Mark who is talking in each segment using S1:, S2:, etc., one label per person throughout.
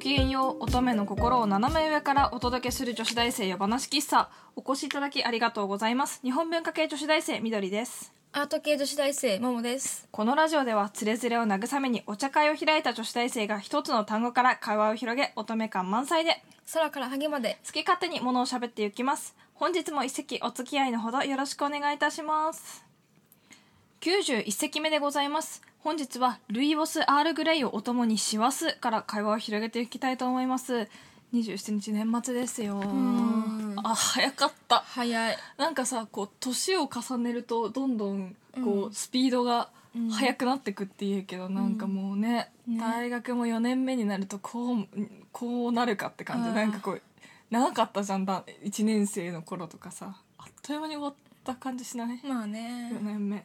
S1: きげんよう乙女の心を斜め上からお届けする女子大生夜話喫茶お越しいただきありがとうございます日本文化系女子大生みどりです
S2: アート系女子大生ももです
S1: このラジオではつれづれを慰めにお茶会を開いた女子大生が一つの単語から会話を広げ乙女感満載で
S2: 空からハゲまで
S1: 好き勝手に物を喋っていきます本日も一席お付き合いのほどよろしくお願いいたします91席目でございます本日はルイボス・アールグレイをお供に師走から会話を広げていきたいと思います27日年末ですよ
S2: ん
S1: あ早かった
S2: 早い
S1: なんかさこう年を重ねるとどんどんこ
S2: う
S1: うんスピードが速くなってくっていうけど、なんかもうね
S2: ね
S1: 大学も4年目になるとこうこうなるかって感じ
S2: あー
S1: なんかこう長かったじゃんだ1年生の頃とかさあっという間に終わった感じしない、
S2: まあね
S1: 4年目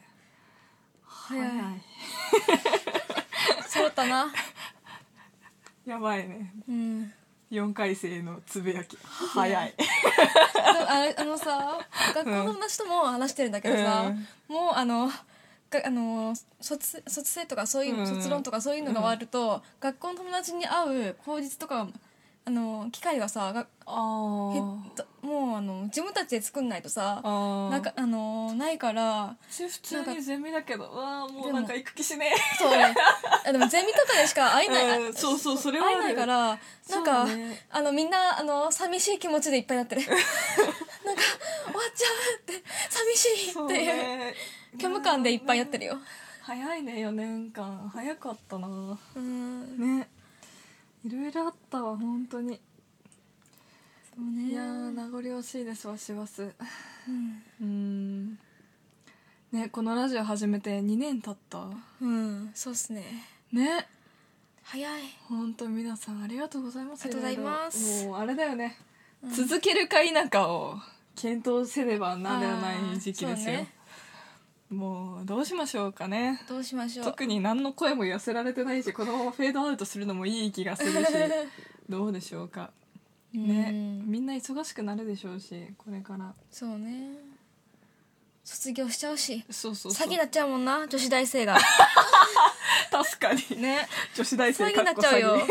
S2: 早い
S1: 早い
S2: そうだな
S1: やばいね
S2: うんで
S1: 4回生のつぶやき早い
S2: もああのさ学校の話とも話してるんだけどさ、もうあのがあの卒卒生とかそういう
S1: う
S2: の
S1: ん
S2: 卒論とかそういうのが終わると、学校の友達に会う口実とかあの機会がさ
S1: あ
S2: がへっ
S1: ー
S2: ともうあの自分たちで作んないとさ
S1: あ
S2: なんかあのないから
S1: 私普通にゼミだけどわあもうなんか行く気しねえ
S2: そうね。あでもゼミとかでしか会えない。
S1: うんそうそうそれはあ
S2: 会
S1: る
S2: えないから、なんか、
S1: そうね
S2: あのみんなあの寂しい気持ちでいっぱいになってる。 なんか終わっちゃうって寂しい
S1: そう
S2: っていう
S1: ね
S2: 虚無感でいっぱいやってるよ。
S1: 早いね4年間早かったな
S2: うん。
S1: ねいろいろあったわ本当に
S2: そうね。
S1: いやー名残惜しいですわしばすう
S2: うん。
S1: ーんねこのラジオ始めて2年経った
S2: うん。そうっすね。
S1: ね
S2: 早い。
S1: 本当皆さんありがとうございます
S2: ありがとうございます
S1: ろろもうあれだよね、続けるか否かを検討せねばならない時期ですよ、
S2: あーそうね
S1: もうどうしましょうかね
S2: どうしましょう。
S1: 特に何の声も寄せられてないしこのままフェードアウトするのもいい気がするし どうでしょうかね
S2: うん
S1: みんな忙しくなるでしょうしこれから
S2: そうね。卒業しちゃうし。
S1: そうそうそ
S2: 詐
S1: う
S2: 欺になっちゃうもんな女子大 生が
S1: 確かに
S2: ね
S1: 女子大
S2: 詐欺
S1: 生
S2: になっちゃうよ
S1: かっこ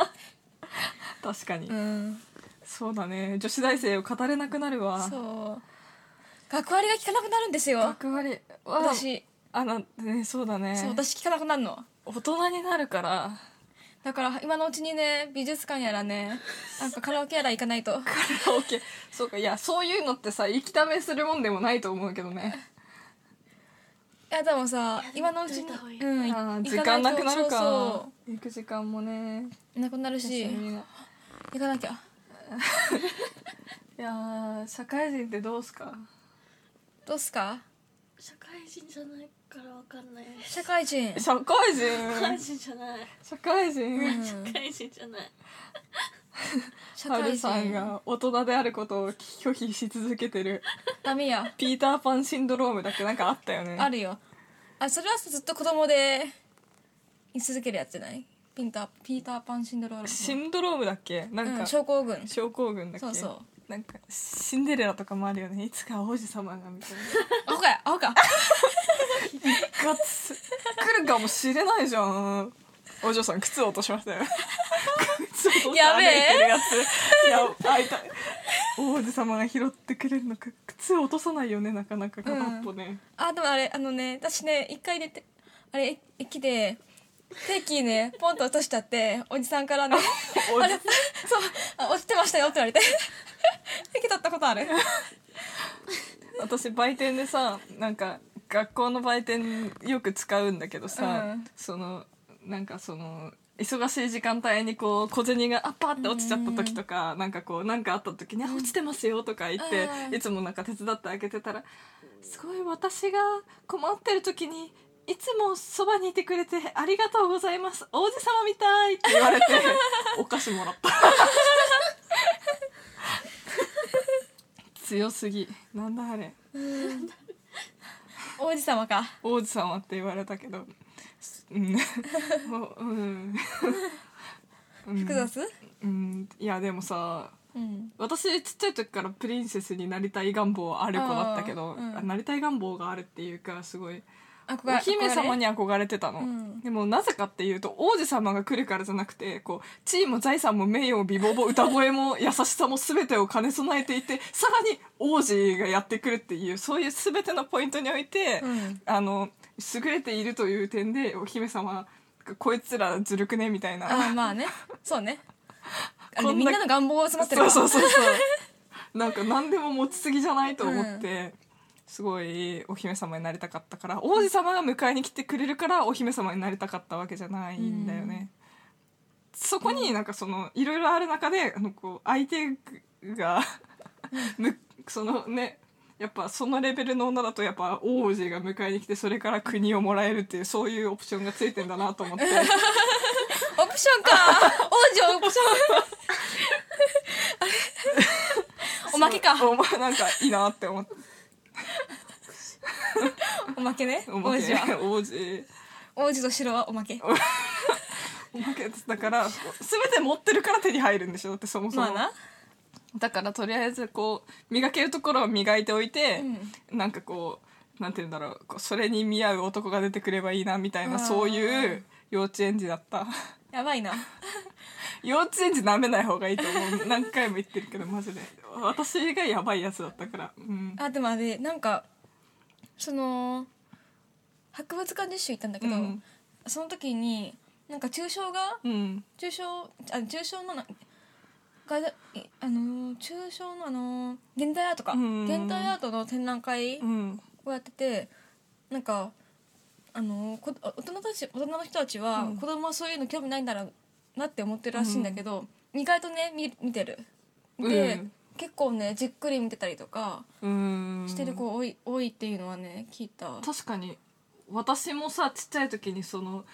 S1: 詐欺 確かに、
S2: うん
S1: そうだね女子大生を語れなくなるわ
S2: そう学割が効かなくなるんですよ
S1: 学割は
S2: 私、
S1: あのねそうだね
S2: そう私効かなくなるの
S1: 大人になるから
S2: だから今のうちにね美術館や らねなんかカラオケやら行かないと
S1: カラオケそうかいやそういうのってさ行きためするもんでもないと思うけどね
S2: いやでもさ今のうち
S1: 行っ
S2: に
S1: といた方がいい
S2: うん行
S1: あ
S2: か
S1: ー
S2: いと
S1: 時間なくなるか
S2: そ
S1: 行く時間もね
S2: うなくなるし
S1: 休みが
S2: 行かなきゃ
S1: いやー社会人ってどうすか
S2: どうっすか
S3: 社会人じゃないからわかんない
S2: 社会人
S1: 社会
S3: 社会
S1: 人
S3: 人じゃない、
S1: 社会人、
S2: うん
S3: 社会人じゃない
S2: 社
S1: は
S2: 会
S1: るさん
S2: 人
S1: が大人であることを拒否し続けてる
S2: ダメや
S1: ピーターパンシンドロームだっけなんかあったよね
S2: あるよあそれはさずっと子供で居続けるやつじゃないピンターピーターパンシンドロール
S1: シンドロームだっけなんか、
S2: うん、症候群
S1: 症候群だっけ
S2: そうそ
S1: なんかシンデレラとかもあるよねいつか王子様がみたい
S2: アホかやアホか
S1: なガッツ 来るかもしれないじゃんお嬢さん靴を落としましたよ靴を落として
S2: や
S1: 歩
S2: べ
S1: い
S2: え
S1: てるやついやあいた王子様が拾ってくれるのか靴を落とさないよねなかなか片っぽね、
S2: あでもあれあのね私ね一回出てあれ駅で定期 ねポンと落としちゃっておじさん からね「
S1: お
S2: あ
S1: じ
S2: れそうあ落ちてましたよ」って言われ て駅取ったことある
S1: 私売店でさなんか学校の売店よく使うんだけどさ、
S2: うん
S1: そのなんかその忙しい時間帯にこう小銭があパーって落ちちゃった時とか、なんかこうなんかあった時に「あ落ちてますよ」とか言って、
S2: うん
S1: いつもなんか手伝ってあげてたらすごい私が困ってる時に「いつもそばにいてくれてありがとうございます王子様みたい」って言わ れてお菓子もらった強すぎなんだあれ
S2: 王子様か
S1: 王子様って言われたけどうん もううんうん
S2: 複雑
S1: うんいやでもさ
S2: うん
S1: 私ちっちゃい時からプリンセスになりたい願望はある子だったけど
S2: あーうん
S1: なりたい願望があるっていうかすごいお
S2: 憧れ
S1: 姫様に憧れてたの、
S2: うん
S1: でもなぜかっていうと王子様が来るからじゃなくてこう地位も財産も名誉も美貌も歌声も優しさも全てを兼ね備えていてさらに王子がやってくるっていうそういう全てのポイントにおいて、
S2: うん
S1: あの優れているという点でお姫様こいつらずるくねみたいな
S2: ああまあねそうねあれ
S1: こんな
S2: みんなの願望が集まってる
S1: そう
S2: わ
S1: そうそうそうなんか何でも持ちすぎじゃないと思って、すごいお姫様になりたかったから王子様が迎えに来てくれるからお姫様になりたかったわけじゃないんだよね、そこになんかそのいろいろある中であのこう相手がむそのねやっぱそのレベルの女だとやっぱ王子が迎えに来てそれから国をもらえるっていうそういうオプションがついてんだなと思って
S2: オプションか王女オプション あれ おまけか
S1: お前なんかいいなって思って
S2: おまけね
S1: おま
S2: 王子
S1: け
S2: は
S1: 王子
S2: 王子と城はおまけ
S1: おまけだから全て持ってるから手に入るんでしょだってそもそも、
S2: まあな
S1: だからとりあえずこう磨けるところは磨いておいて、なんかこうなんて言うんだろうこうそれに見合う男が出てくればいいなみたいな
S2: あー
S1: そういう幼稚園児だった
S2: やばいな
S1: 幼稚園児舐めない方がいいと思う何回も言ってるけどマジで私がやばいやつだったからうん
S2: あでもあれなんかその博物館実習行ったんだけど、
S1: うん
S2: その時になんか抽象画
S1: うん
S2: 抽象あ抽象のながいあの抽象のあの現代アートか、
S1: うん
S2: 現代アートの展覧会
S1: うん
S2: をやっててなんかあのこ大人たち大人の人たちは
S1: うん
S2: 子供はそういうの興味ないんだろうなって思ってるらしいんだけど、意外とね見見てるで、
S1: うん
S2: 結構ねじっくり見てたりとか
S1: うん
S2: してる子多い,、多いっていうのはね聞いた
S1: 確かに私もさちっちゃい時にその、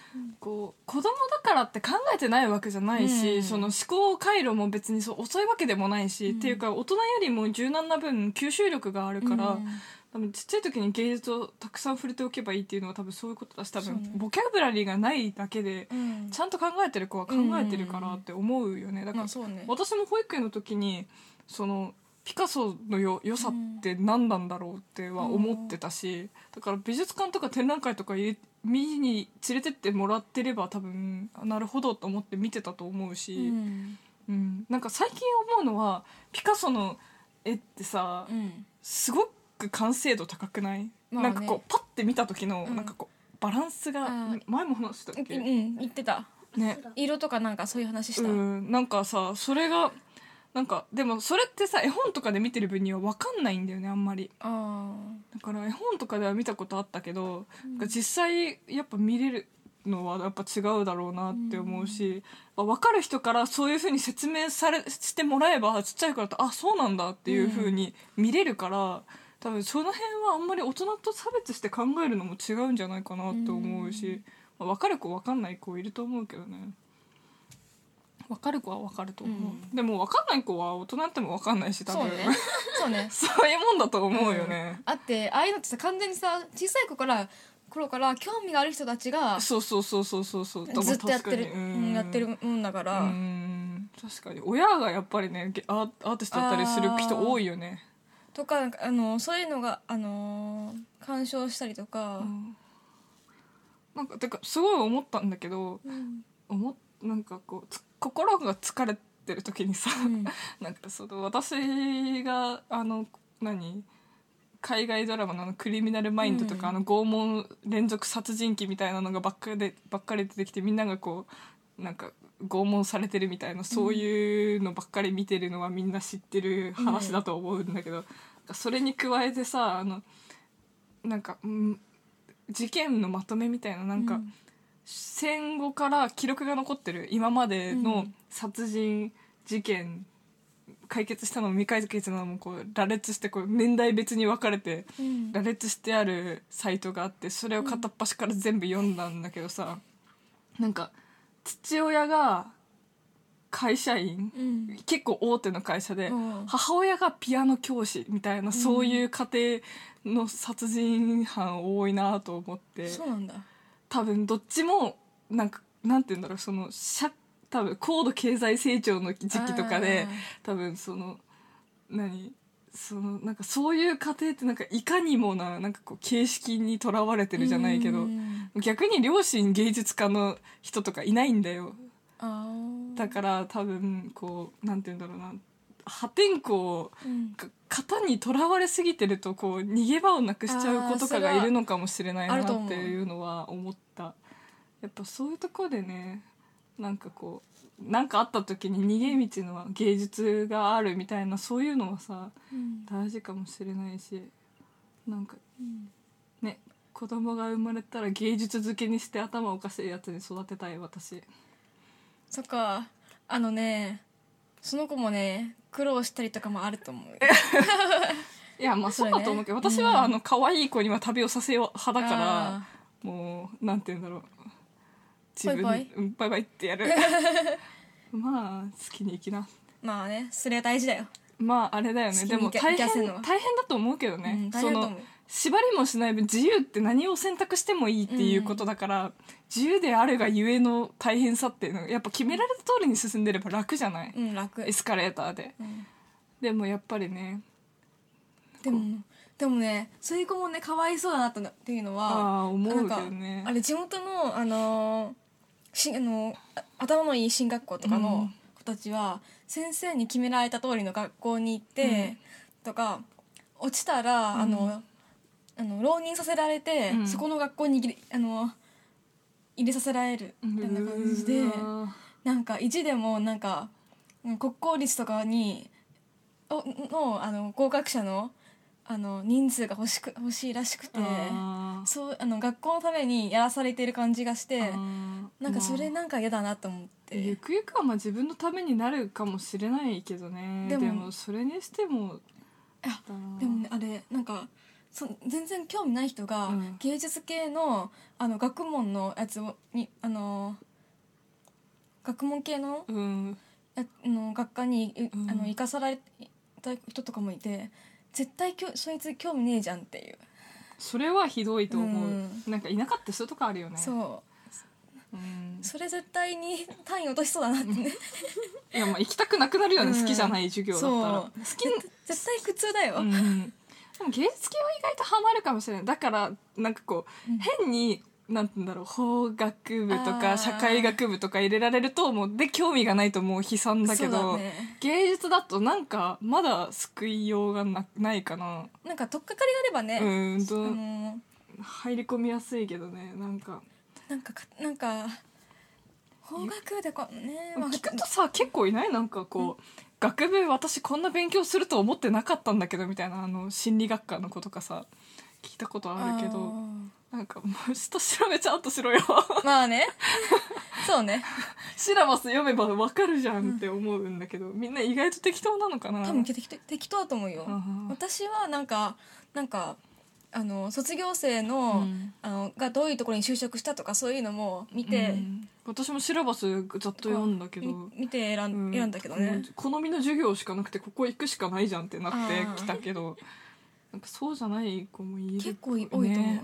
S1: こう子供だからって考えてないわけじゃないし、
S2: うん
S1: その思考回路も別にそう遅いわけでもないし、
S2: うん
S1: っていうか大人よりも柔軟な分吸収力があるから、
S2: うん
S1: 多分ちっちゃい時に芸術をたくさん触れておけばいいっていうのは多分そういうことだし多分、
S2: そうね
S1: ボキャブラリーがないだけで
S2: うん
S1: ちゃんと考えてる子は考えてるからって思うよね。だか
S2: ま
S1: ら
S2: あそうね
S1: 私も保育園の時にそのピカソのよ良さって何なんだろうっては思ってたし、だから美術館とか展覧会とか入れ見に連れてってもらってれば多分あなるほどと思って見てたと思うし、
S2: うん
S1: うんなんか最近思うのはピカソの絵ってさ、
S2: うん
S1: すごく完成度高くない、
S2: まあ
S1: な
S2: ね
S1: んかこうパッて見た時の、
S2: うん
S1: なんかこうバランスが
S2: うん
S1: 前も話したっ
S2: う
S1: け、
S2: ん言ってた
S1: ね
S2: 色とかなんかそういう話した、
S1: うんなんかさそれがなんかでもそれってさ絵本とかで見てる分には分かんないんだよねあんまり
S2: あ
S1: だから絵本とかでは見たことあったけど、なんか実際やっぱ見れるのはやっぱ違うだろうなって思うし、分かる人からそういうふうに説明されしてもらえばちっちゃいからとあそうなんだっていうふうに見れるから、多分その辺はあんまり大人と差別して考えるのも違うんじゃないかなって思うし、まあ、分かる子分かんない子いると思うけどね。分かる子は分かると思う、
S2: う
S1: でも分かんない子は大人になっても分かんないし
S2: あ
S1: 多
S2: そう
S1: 分
S2: ね そうね
S1: そういうもんだと思うよね、
S2: あってああいうのってさ完全にさ小さい子から頃から興味がある人たちが
S1: そうそうそうそうそうそう
S2: ずっとやってる、
S1: 確かに
S2: うん、やってるもんだか
S1: う
S2: ら、
S1: ん確かに親がやっぱりねゲアーアーティストだったりする人多いよね
S2: とかなんかあのそういうのが、あのー干渉したりとか、
S1: うんなんかてかすごい思ったんだけど
S2: うん
S1: 思っなんかこうつ心が疲れてる時にさ、
S2: うん
S1: なんかその私があの何海外ドラマのあのクリミナルマインドとか、
S2: うん
S1: あの拷問連続殺人鬼みたいなのがばっかりでばっかり出てきてみんながこうなんか拷問されてるみたいなそういうのばっかり見てるのはみんな知ってる話だと思うんだけど、なんかそれに加えてさあのなんか、うん事件のまとめみたいななんか、
S2: うん
S1: 戦後から記録が残ってる今までの
S2: うん
S1: 殺人事件、解決したのも未解決なのもこう羅列してこう年代別に分かれて
S2: うん
S1: 羅列してあるサイトがあってそれを片っ端から全部読んだんだけどさ、なんか父親が会社員、
S2: うん
S1: 結構大手の会社で、
S2: うん
S1: 母親がピアノ教師みたいなそういう家庭の殺人犯多いなと思って。
S2: そうなんだ
S1: 多分どっちもなんかなんて言うんだろうその社多分高度経済成長の時期とかで
S2: あー
S1: 多分その何そのなんかそういう過程ってなんかいかにもななんかこう形式にとらわれてるじゃないけど
S2: うん
S1: 逆に両親芸術家の人とかいないんだよ
S2: あー
S1: だから多分こうなんて言うんだろうな破天荒
S2: うん
S1: か型にとらわれすぎてるとこう逃げ場をなくしちゃう子とかがいるのかもしれない
S2: あ
S1: な
S2: ーそれは
S1: っ
S2: あると
S1: て
S2: 思う
S1: いうのは思ったやっぱそういうとこでねなんかこうなんかあった時に逃げ道のは芸術があるみたいなそういうのはさ
S2: うん
S1: 大事かもしれないしなんか
S2: うん
S1: ね子供が生まれたら芸術漬けにして頭おかしいやつに育てたい私
S2: そっかあのねその子もね苦労したりとかもあると思う
S1: いやまあ
S2: そ
S1: そうう
S2: だね
S1: だと思うけど、私
S2: うん
S1: はあの可愛い子には旅をさせよう派だから
S2: あ
S1: もうなんて言うんだろう自分
S2: バイバイ
S1: うんバイバイって やるまあ好きに生きな
S2: ーまあねそれは大事だよ、
S1: まああれだよ
S2: 好き
S1: ね
S2: に
S1: でも
S2: 生き
S1: 大
S2: 生
S1: 変
S2: かせ
S1: 大
S2: る
S1: 変
S2: のは
S1: だと思うけど
S2: う
S1: ね
S2: ん、、大
S1: そ
S2: 事だと
S1: の
S2: 思う
S1: 縛りもしない分自由って何を選択してもいいっていうことだから、自由であるがゆえの大変さっていうのがやっぱ決められた通りに進んでれば楽じゃない、
S2: うん楽
S1: エスカレーターで
S2: うん
S1: でもやっぱりね
S2: でもでもねそういう子もねかわいそうだなとなっていうのは
S1: ああー思うけど
S2: な
S1: ね
S2: んかあれ地元のあのーしあのーあ頭のいい進学校とか
S1: う
S2: の
S1: ん
S2: 子たちは、先生に決められた通りの学校に行って、
S1: うん
S2: とか落ちたら、あのあの浪人させられて、
S1: うん
S2: そこの学校に入れあの入れさせられるみたいな感じで
S1: うーわ
S2: なんか意地でもなんかうん国公立とかにおのあの合格者のあの人数が欲しく欲しいらしくて
S1: あー
S2: そうあの学校のためにやらされている感じがして
S1: な
S2: なんかそれなんか嫌だなと思っ
S1: ゆ
S2: て
S1: くゆくはまあ自分のためになるかもしれないけどね
S2: で
S1: で
S2: も
S1: もそれにしても
S2: あ
S1: だな
S2: でもねあれなんかそ全然興味ない人が、
S1: うん
S2: 芸術系のあの学問のやつをにあの学問系の
S1: うん
S2: やあの学科に、う
S1: うん
S2: あの生かされた人とかもいて絶対きょそいつ興味ねえじゃんっていう、
S1: それはひどいと思う、
S2: うん
S1: なんか田舎ってそういうとこあるよね
S2: そ
S1: うん
S2: うそれ絶対に単位落としそうだなってね
S1: いやまあ行きたくなくなるよね、
S2: うん
S1: 好きじゃない授業だったら
S2: そ
S1: 好
S2: う絶対苦痛だよ、
S1: き、うん、でも芸術系は意外とハマるかもしれないだからなんかこう、
S2: うん
S1: 変になんて言うんだろう法学部と
S2: あー
S1: か社会学部とか入れられるともうで興味がないともう悲惨だけど
S2: そうだね
S1: 芸術だとなんかまだ救いようがなないかな
S2: なんか取っかかりがあれ
S1: う
S2: ばね、
S1: んと、
S2: あの
S1: 入り込みやすいけどねなんか
S2: なんかかなんか法学でこうね、まあ
S1: 聞くとさ結構いないなんかこう、学部私こんな勉強すると思ってなかったんだけどみたいなあの心理学科の子とかさ聞いたことあるけどなんかもう下調べちゃんとしろよ
S2: あーまあねそうね
S1: シラバス読めばわかるじゃんって思うんだけど、みんな意外と適当なのかな
S2: 多分適当適当だと思うよ、
S1: うん
S2: 私はなんかなんかあの卒業生の,、
S1: うん
S2: あのがどういうところに就職したとかそういうのも見て、
S1: うん私もシラバスざっと読んだけど、
S2: み見て選ん,、
S1: うん
S2: 選んだけどね、
S1: 好みの授業しかなくてここ行くしかないじゃんってなって
S2: あー
S1: きたけどなんかそうじゃない子もいる、
S2: 結構多いと思う、
S1: ね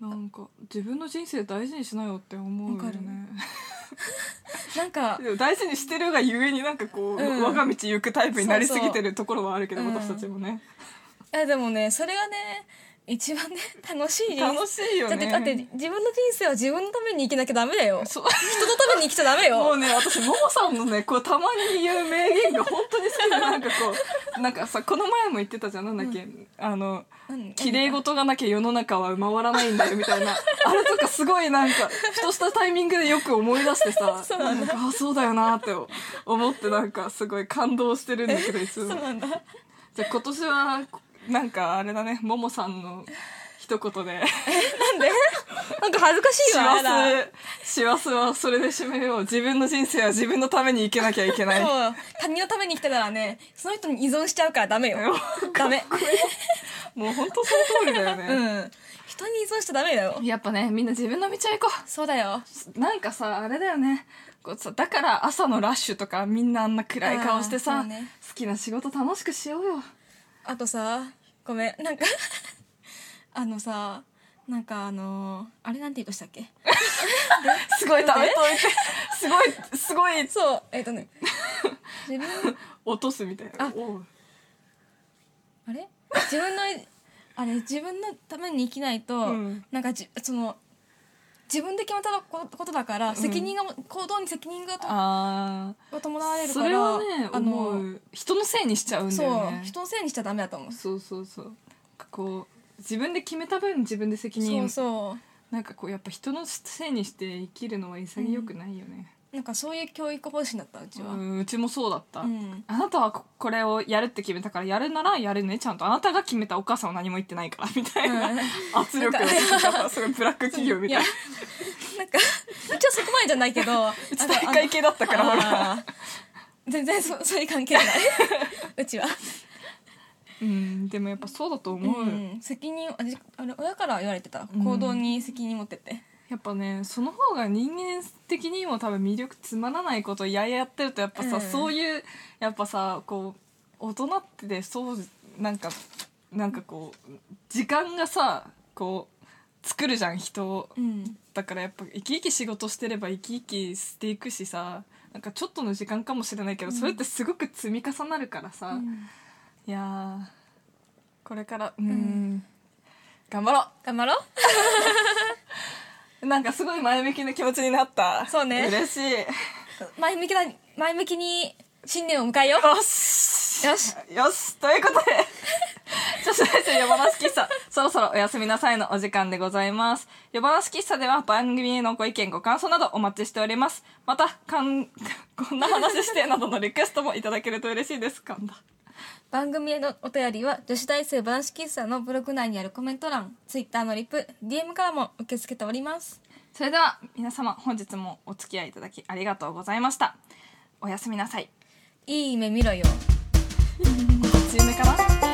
S1: なんか自分の人生大事にしなよって思うよ
S2: わかる
S1: ね
S2: なんか
S1: でも大事にしてるがゆえになんかこう、
S2: うん
S1: 我が道行くタイプになりすぎ
S2: そう
S1: て
S2: そ
S1: るところはあるけど
S2: うん
S1: 私たちもね、
S2: あでもねそれがね一番ね楽しい人生
S1: 楽しいよね
S2: だってだって自分の人生は自分のために生きなきゃダメだよ人
S1: そう
S2: のために生きちゃダ
S1: も
S2: メよ
S1: うね私ももさんのねこうたまに言う名言が本当に好きでなんかこうなんかさこの前も言ってたじゃんなんだっけ、あの
S2: 何
S1: 綺麗事がなきゃ世の中は回らないんだよみたいなあれとかすごいなんかふとしたタイミングでよく思い出してさ
S2: そうなんだ
S1: んかあそうだよなって思ってなんかすごい感動してるんだけどいつ
S2: そう
S1: も
S2: なんだ
S1: じゃあ今年はなんかあれだねももさんの一言で
S2: なんか恥ず
S1: 「
S2: かしい
S1: 師
S2: わやだ
S1: 走師走はそれで締めよう自分の人生は自分のために生きなきゃいけない」
S2: そう他人のために生きてたらねその人に依存しちゃうからダメよダメ
S1: もう本当その通りだよ
S2: う
S1: ね、
S2: ん人に依存しちゃダメだよ
S1: やっぱねみんな自分の道を行こう
S2: そうだよ
S1: なんかさあれだよねこうさだから朝のラッシュとかみんなあんな暗い顔して
S2: あー
S1: さ、
S2: そうね
S1: 好きな仕事楽しくしようよ
S2: あとさごめんなんかあのさなんかあのあれなんて言うとしたっけ
S1: すごい
S2: だ
S1: た
S2: っ て
S1: めといてすごいすごい
S2: そうえっ、とね自分
S1: 落とすみたいな
S2: あ
S1: おう
S2: あれ自分のあれ自分のために生きないと、
S1: うん
S2: なんかじその自分で決めたこことだから、責任がも行動に責任がと
S1: あ
S2: が伴われ
S1: あ
S2: る
S1: そ
S2: から
S1: れはね
S2: あの
S1: 思う人のせいにしちゃうんだよ
S2: そう
S1: ね
S2: 人のせいにしちゃダメだと思う
S1: そうそうそうなんかこう自分で決めた分自分で責任
S2: そうそ
S1: なんかこうやっぱ人のせいにして生きるのは潔くないよね、
S2: うなんかそういう教育方針だったう
S1: う
S2: ちは、うん
S1: んうちもそうだった、 あなたはここれをやるって決めたからやるならやるねちゃんとあなたが決めたお母さんは何も言ってないからみたいな、
S2: うん
S1: 圧力のかき方すごいブラック企業みたいな
S2: やなんかうちはそこまでじゃないけど う
S1: うち大会系だったからほら、
S2: 全然そそういう関係ない うちは、
S1: うん、でもやっぱそうだと
S2: う
S1: 思う、
S2: ん、責任あじあれ親から言われてた
S1: うん
S2: 行動に責任持ってて、
S1: やっぱねその方が人間的にも多分魅力つまらないことをややってるとやっぱさ、
S2: うん
S1: そういうやっぱさこう大人ってそうなんかなんかこう時間がさこう作るじゃん人を
S2: うん
S1: だからやっぱ生き生き仕事してれば生き生きしていくしさなんかちょっとの時間かもしれないけど、それってすごく積み重なるからさ、いやーこれからうん
S2: ん
S1: 頑張ろう
S2: 頑張ろう
S1: なんかすごい前向きな気持ちになった。
S2: そうね
S1: 嬉しい。よ
S2: 前向きだ前向きに新年を迎えよう
S1: し。
S2: よし。
S1: よし。ということで、 女子大生夜話喫茶、そろそろおやすみなさいのお時間でございます。夜話喫茶では番組へのご意見、ご感想などお待ちしております。また、かん、こんな話してなどのリクエストもいただけると嬉しいです。かんだ。
S2: 番組へのお便りは女子大生男子喫茶のブログ内にあるコメント欄ツイッターのリプ DM からも受け付けております
S1: それでは、皆様本日もお付き合いいただきありがとうございました。おやすみなさい。
S2: いい夢見ろよ
S1: 初夢かな